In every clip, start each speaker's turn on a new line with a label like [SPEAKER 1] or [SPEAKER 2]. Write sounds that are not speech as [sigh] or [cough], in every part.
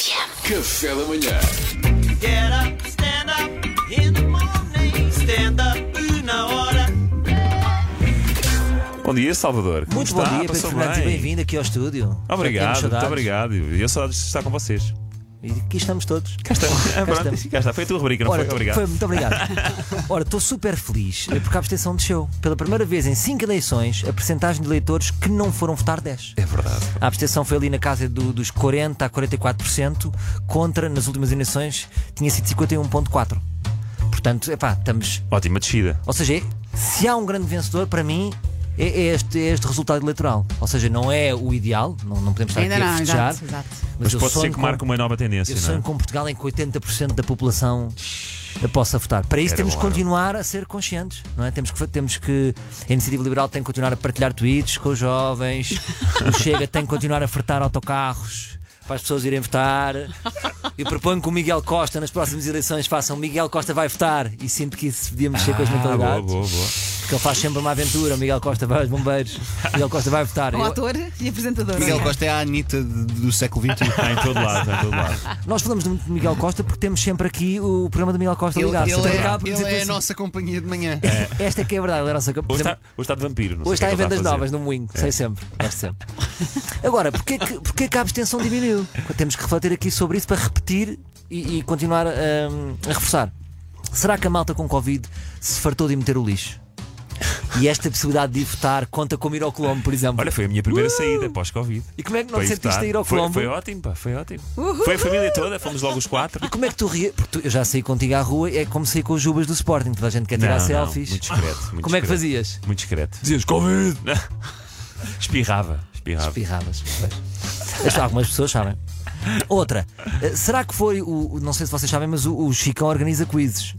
[SPEAKER 1] Café da manhã.
[SPEAKER 2] Get up, stand up in the morning. Stand up na hora.
[SPEAKER 3] Bom dia, Salvador. Como
[SPEAKER 4] Muito
[SPEAKER 3] está?
[SPEAKER 4] bom dia, Pedro
[SPEAKER 3] Passou
[SPEAKER 4] Fernandes, e bem-vindo aqui ao estúdio. Já tínhamos
[SPEAKER 3] Obrigado,
[SPEAKER 4] saudades.
[SPEAKER 3] muito obrigado. E eu saudades de estar com vocês.
[SPEAKER 4] E aqui estamos todos.
[SPEAKER 3] Cá está. Ah, pronto,
[SPEAKER 4] estamos.
[SPEAKER 3] cá está. Foi a tua rubrica, não
[SPEAKER 4] Ora,
[SPEAKER 3] foi? Obrigado. [laughs]
[SPEAKER 4] muito obrigado. Ora, estou super feliz eh, porque a abstenção desceu. Pela primeira vez em cinco eleições, a percentagem de eleitores que não foram votar desce.
[SPEAKER 3] É verdade.
[SPEAKER 4] A abstenção foi ali na casa do- dos 40% a 44%, contra, nas últimas eleições, tinha sido 51,4%. Portanto, epá, estamos.
[SPEAKER 3] Ótima descida.
[SPEAKER 4] Ou seja, se há um grande vencedor, para mim. É é este, é este resultado eleitoral. Ou seja, não é o ideal, não, não podemos estar
[SPEAKER 5] Ainda
[SPEAKER 4] aqui a
[SPEAKER 5] não,
[SPEAKER 4] festejar.
[SPEAKER 5] exato, exato.
[SPEAKER 3] Mas,
[SPEAKER 4] eu
[SPEAKER 3] pode ser
[SPEAKER 4] sonho
[SPEAKER 3] que
[SPEAKER 4] com-
[SPEAKER 3] marque uma nova tendência,
[SPEAKER 4] eu
[SPEAKER 3] não é?
[SPEAKER 4] sonho com Portugal em que 80% da população possa votar. Para isso
[SPEAKER 3] Era
[SPEAKER 4] temos que
[SPEAKER 3] bom, era
[SPEAKER 4] continuar a ser conscientes, não é? Temos que, fa- temos que a Iniciativa Liberal tem que continuar a partilhar tweets com os jovens,
[SPEAKER 3] [laughs]
[SPEAKER 4] o Chega tem que continuar a fretar autocarros para as pessoas irem votar. Eu proponho que o Miguel Costa nas próximas eleições façam Miguel Costa vai votar e sinto que isso devia mexer com as
[SPEAKER 3] Ah, boa,
[SPEAKER 4] mentalidades.
[SPEAKER 3] boa, boa.
[SPEAKER 4] Porque ele faz sempre uma aventura, o Miguel Costa vai aos bombeiros, o Miguel Costa vai votar.
[SPEAKER 5] O
[SPEAKER 4] Eu-
[SPEAKER 5] ator e apresentador.
[SPEAKER 6] Miguel Costa é a Anitta de- do século um.
[SPEAKER 4] [laughs]
[SPEAKER 6] XXI.
[SPEAKER 3] Está em todo lado, está em todo lado.
[SPEAKER 4] Nós falamos de Miguel Costa porque temos sempre aqui o programa do Miguel Costa
[SPEAKER 6] Ele,
[SPEAKER 4] ligado.
[SPEAKER 6] ele
[SPEAKER 4] Sempre
[SPEAKER 6] é,
[SPEAKER 4] acaba por
[SPEAKER 6] ele
[SPEAKER 4] dizer
[SPEAKER 6] é a
[SPEAKER 4] assim,
[SPEAKER 6] nossa companhia de manhã.
[SPEAKER 4] Esta é que é a verdade, ele era o seu campo.
[SPEAKER 3] Hoje está, hoje está de vampiro. não sei
[SPEAKER 4] Hoje
[SPEAKER 3] o
[SPEAKER 4] está
[SPEAKER 3] que
[SPEAKER 4] em
[SPEAKER 3] ele a
[SPEAKER 4] vendas
[SPEAKER 3] fazer. É.
[SPEAKER 4] novas no Wing, sei sempre. gosto sempre. Agora, porquê que, porquê que a abstenção diminuiu? Temos que refletir aqui sobre isso para repetir e, e continuar hum, a reforçar. Será que a malta com Covid se fartou de meter o lixo? E esta possibilidade de ir votar conta como ir ao Colombo, por exemplo.
[SPEAKER 3] Olha, foi a minha primeira saída pós-Covid.
[SPEAKER 4] e como é que não
[SPEAKER 3] Para
[SPEAKER 4] te
[SPEAKER 3] ir
[SPEAKER 4] sentiste
[SPEAKER 3] votar.
[SPEAKER 4] a ir ao
[SPEAKER 3] foi,
[SPEAKER 4] Colombo?
[SPEAKER 3] Foi ótimo, pá, foi ótimo. Foi a família toda, fomos logo os quatro.
[SPEAKER 4] E como é que tu ria? Porque tu- eu já saí contigo à rua, é como sair com os Jubas do Sporting, toda [laughs] a gente quer tirar
[SPEAKER 3] Não, não,
[SPEAKER 4] selfies.
[SPEAKER 3] Muito discreto.
[SPEAKER 4] [laughs]
[SPEAKER 3] Muito
[SPEAKER 4] como é
[SPEAKER 3] discreto.
[SPEAKER 4] que fazias?
[SPEAKER 3] Muito discreto.
[SPEAKER 4] Dizias Covid!
[SPEAKER 3] [laughs] Espirrava, espirrava.
[SPEAKER 4] Espirravas. pois. Acho que Algumas pessoas sabem. Outra, eh, será que foi o. o- Não sei se vocês sabem, mas o, o Chicão organiza quizzes.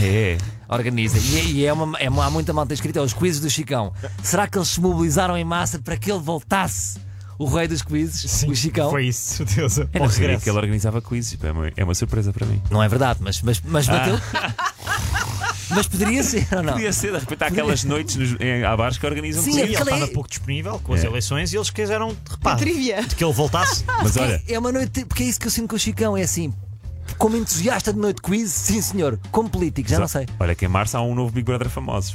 [SPEAKER 3] É.
[SPEAKER 4] Organiza. E, é- e é uma, é uma- há muita malta inscrita, é os quizzes do Chicão. Será que eles se mobilizaram em massa para que ele voltasse o rei dos quizzes? o Chicão?
[SPEAKER 7] Foi isso, certeza.
[SPEAKER 4] É
[SPEAKER 3] Eu não sabia que ele organizava quizzes. É uma, é uma surpresa para mim.
[SPEAKER 4] Não é verdade, mas, mas, mas bateu. Mas poderia ser ou não?
[SPEAKER 3] Podia ser, de repente, há aquelas noites nos, em, há bares que organizam
[SPEAKER 4] Sim,
[SPEAKER 3] quizzes.
[SPEAKER 7] Ele
[SPEAKER 4] Aquele-
[SPEAKER 7] estava pouco disponível com as
[SPEAKER 3] É.
[SPEAKER 7] eleições e eles quiseram, repare,
[SPEAKER 5] Trivia.
[SPEAKER 7] de que ele
[SPEAKER 4] [laughs]
[SPEAKER 7] voltasse.
[SPEAKER 3] Mas olha,
[SPEAKER 4] É uma noite. Porque é isso que eu sinto com o Chicão, é assim. Como entusiasta de noite de quiz, sim senhor. Como político, já não sei.
[SPEAKER 3] olha que em março há um novo Big Brother famosos.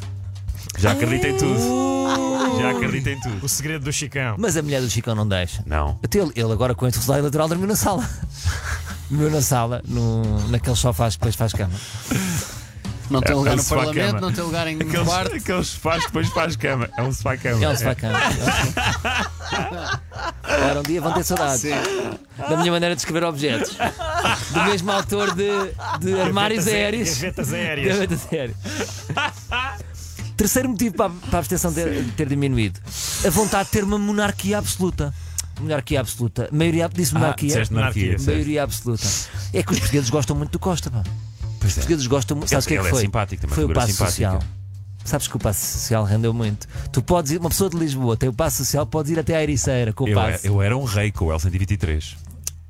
[SPEAKER 3] Já acredita em tudo. Já acredita em tudo.
[SPEAKER 7] O segredo do Chicão.
[SPEAKER 4] Mas a mulher do Chicão não deixa.
[SPEAKER 3] Não.
[SPEAKER 4] Até ele, ele agora com este resultado eleitoral dormiu na sala. Dormiu na sala, no, naquele sofás que depois faz cama.
[SPEAKER 6] Não tem
[SPEAKER 3] É, é
[SPEAKER 6] lugar
[SPEAKER 3] um
[SPEAKER 6] no
[SPEAKER 3] sofá
[SPEAKER 6] Parlamento,
[SPEAKER 3] cama.
[SPEAKER 6] não tem lugar em
[SPEAKER 3] Aqueles,
[SPEAKER 6] [laughs] quarto.
[SPEAKER 3] aqueles faz depois faz cama. É um sofá cama.
[SPEAKER 4] É um sofá cama. Agora um dia vão ter saudades.
[SPEAKER 6] Sim.
[SPEAKER 4] Da minha maneira de escrever objetos. Do mesmo autor de, de Armários Aéreos.
[SPEAKER 7] Gavetas aéreas.
[SPEAKER 4] [laughs] Gaveta sério. Terceiro motivo para, a- para a abstenção ter, ter diminuído: a vontade de ter uma monarquia absoluta. Monarquia absoluta. Maioria, disse
[SPEAKER 3] Ah,
[SPEAKER 4] monarquia.
[SPEAKER 3] disseste monarquia.
[SPEAKER 7] Monarquia.
[SPEAKER 3] disseste.
[SPEAKER 4] Maioria absoluta. É que os portugueses gostam muito do Costa, pá. Os portugueses gostam muito. Sabes o que é
[SPEAKER 3] ele
[SPEAKER 4] que
[SPEAKER 3] é
[SPEAKER 4] foi?
[SPEAKER 3] simpático, também
[SPEAKER 4] foi o
[SPEAKER 3] figura
[SPEAKER 4] passo
[SPEAKER 3] simpática.
[SPEAKER 4] social. Sabes que o passo social rendeu muito. Tu podes ir, uma pessoa de Lisboa tem o passo social, podes ir até à Ericeira com o
[SPEAKER 3] Eu, era-
[SPEAKER 4] passo.
[SPEAKER 3] eu era um rei com o L123.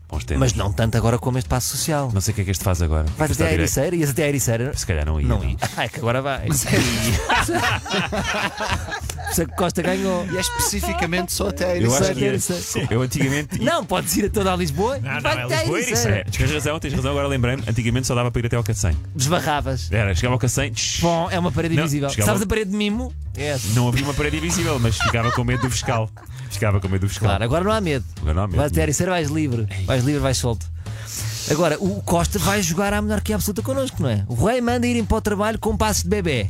[SPEAKER 3] Bons tempos.
[SPEAKER 4] Mas não tanto agora como este passo social.
[SPEAKER 3] Não sei o que é que este faz agora.
[SPEAKER 4] Vais
[SPEAKER 3] Está
[SPEAKER 4] até à
[SPEAKER 3] direito.
[SPEAKER 4] Ericeira? Ias até à Ericeira?
[SPEAKER 3] Se calhar não ia.
[SPEAKER 4] Não ia. [laughs] Ai, que agora vai. Por isso é que Costa ganhou.
[SPEAKER 6] E é especificamente só até a
[SPEAKER 3] Eu acho
[SPEAKER 6] Ericeira.
[SPEAKER 3] que
[SPEAKER 4] Ericeira.
[SPEAKER 3] eu antigamente
[SPEAKER 4] Não, podes ir a toda a Lisboa.
[SPEAKER 7] Não, não,
[SPEAKER 4] vai
[SPEAKER 7] é
[SPEAKER 4] até à
[SPEAKER 7] Lisboa e
[SPEAKER 4] Ericeira.
[SPEAKER 3] É, tens razão, tens razão, agora lembrei-me. Antigamente só dava para ir até ao Cacém.
[SPEAKER 4] Desbarravas.
[SPEAKER 3] Era, chegava ao Cacém, tsh,
[SPEAKER 4] Bom, é uma parede
[SPEAKER 3] Não,
[SPEAKER 4] invisível.
[SPEAKER 3] chegava-
[SPEAKER 4] Sabes a parede de mimo? É essa.
[SPEAKER 3] não havia uma parede invisível, mas ficava com medo do fiscal. Ficava com medo do fiscal.
[SPEAKER 4] Claro, agora não há medo.
[SPEAKER 3] Agora não é? há medo.
[SPEAKER 4] Vais ter e ser mais livre. Vais livre, vais solto. Agora, o Costa vai jogar à monarquia absoluta connosco, não é? O rei manda irem para o trabalho com passos de bebê.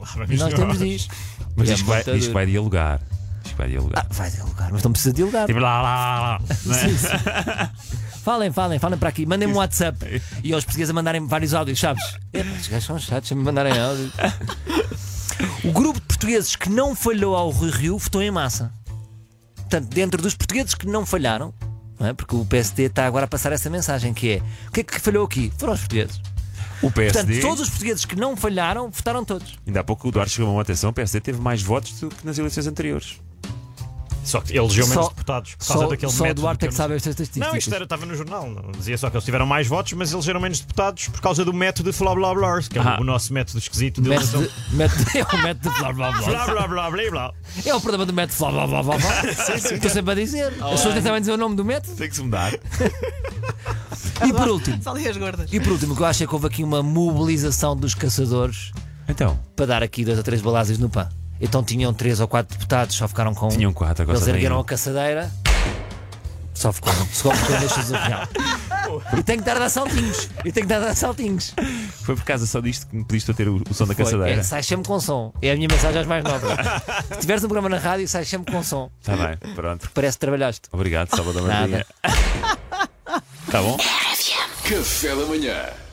[SPEAKER 7] Lá vamos
[SPEAKER 4] E nós
[SPEAKER 7] nós.
[SPEAKER 4] temos diz.
[SPEAKER 3] Mas
[SPEAKER 4] É
[SPEAKER 3] diz, que vai,
[SPEAKER 4] muito
[SPEAKER 3] diz que
[SPEAKER 4] duro.
[SPEAKER 3] vai dialogar. Diz que vai dialogar.
[SPEAKER 4] Ah, vai dialogar, mas não precisa dialogar.
[SPEAKER 3] Tipo lá, lá, lá, lá. não é?
[SPEAKER 4] Falem, falem, falem para aqui. Mandem-me um WhatsApp. [laughs] E aos portugueses a mandarem vários áudios, sabes? Epa, Estes É, gajos são chatos a me mandarem áudios. O grupo de portugueses que não falhou ao Rui Rio votou em massa. Portanto, dentro dos portugueses que não falharam, não é? porque o PSD está agora a passar essa mensagem que é o que é que falhou aqui? Foram os portugueses.
[SPEAKER 3] O
[SPEAKER 4] Ah, Portanto,
[SPEAKER 3] PSD.
[SPEAKER 4] todos os portugueses que não falharam votaram todos.
[SPEAKER 3] Ainda há pouco o Duarte chegou a uma atenção. O PSD teve mais votos do que nas eleições anteriores.
[SPEAKER 7] Só que elegeu menos
[SPEAKER 4] Só-
[SPEAKER 7] deputados por causa
[SPEAKER 4] Só,
[SPEAKER 7] daquele
[SPEAKER 4] só o
[SPEAKER 7] método
[SPEAKER 4] Duarte é que
[SPEAKER 7] eu não
[SPEAKER 4] sabe estas
[SPEAKER 7] sei-
[SPEAKER 4] estatísticas.
[SPEAKER 7] Não, isto era- estava no jornal. Não Dizia só que eles tiveram mais votos, mas elegeram menos deputados por causa do método de flá blá blá, que é o-
[SPEAKER 3] Ah.
[SPEAKER 7] o nosso método esquisito de
[SPEAKER 4] Método
[SPEAKER 7] eleição.
[SPEAKER 4] de- [laughs] método- é o método de blá blá blá.
[SPEAKER 7] Blá blá blá blá blá.
[SPEAKER 4] É o problema do método blá blá blá
[SPEAKER 3] [laughs]
[SPEAKER 4] blá blá. Estou sempre a dizer. As pessoas nem sabem dizer o nome do método.
[SPEAKER 3] Tem que se mudar.
[SPEAKER 4] E por último,
[SPEAKER 1] Só li as gordas.
[SPEAKER 4] e por último, o que eu acho é que houve aqui uma mobilização dos caçadores
[SPEAKER 3] Então,
[SPEAKER 4] para dar aqui dois ou três balazes no PAN. Então tinham três ou quatro deputados, só ficaram com um.
[SPEAKER 3] tinham quatro, agora
[SPEAKER 4] Eles
[SPEAKER 3] só têm
[SPEAKER 4] ergueram
[SPEAKER 3] um.
[SPEAKER 4] a caçadeira. Só ficou um. Só ficou um deixa-nos um real. E tem que dar a dar saltinhos. E tem que dar a dar saltinhos.
[SPEAKER 3] Foi por causa só disto que me pediste a ter o, o som da
[SPEAKER 4] Foi.
[SPEAKER 3] caçadeira.
[SPEAKER 4] É, sai sempre com som. É a minha mensagem aos mais novos. Se tiveres um programa na rádio, sai sempre com som.
[SPEAKER 3] Está Tá bem, pronto.
[SPEAKER 4] Parece que trabalhaste.
[SPEAKER 3] Obrigado, Salvador
[SPEAKER 4] [laughs] Nada.
[SPEAKER 3] Martinha. Está bom?
[SPEAKER 5] Café da manhã.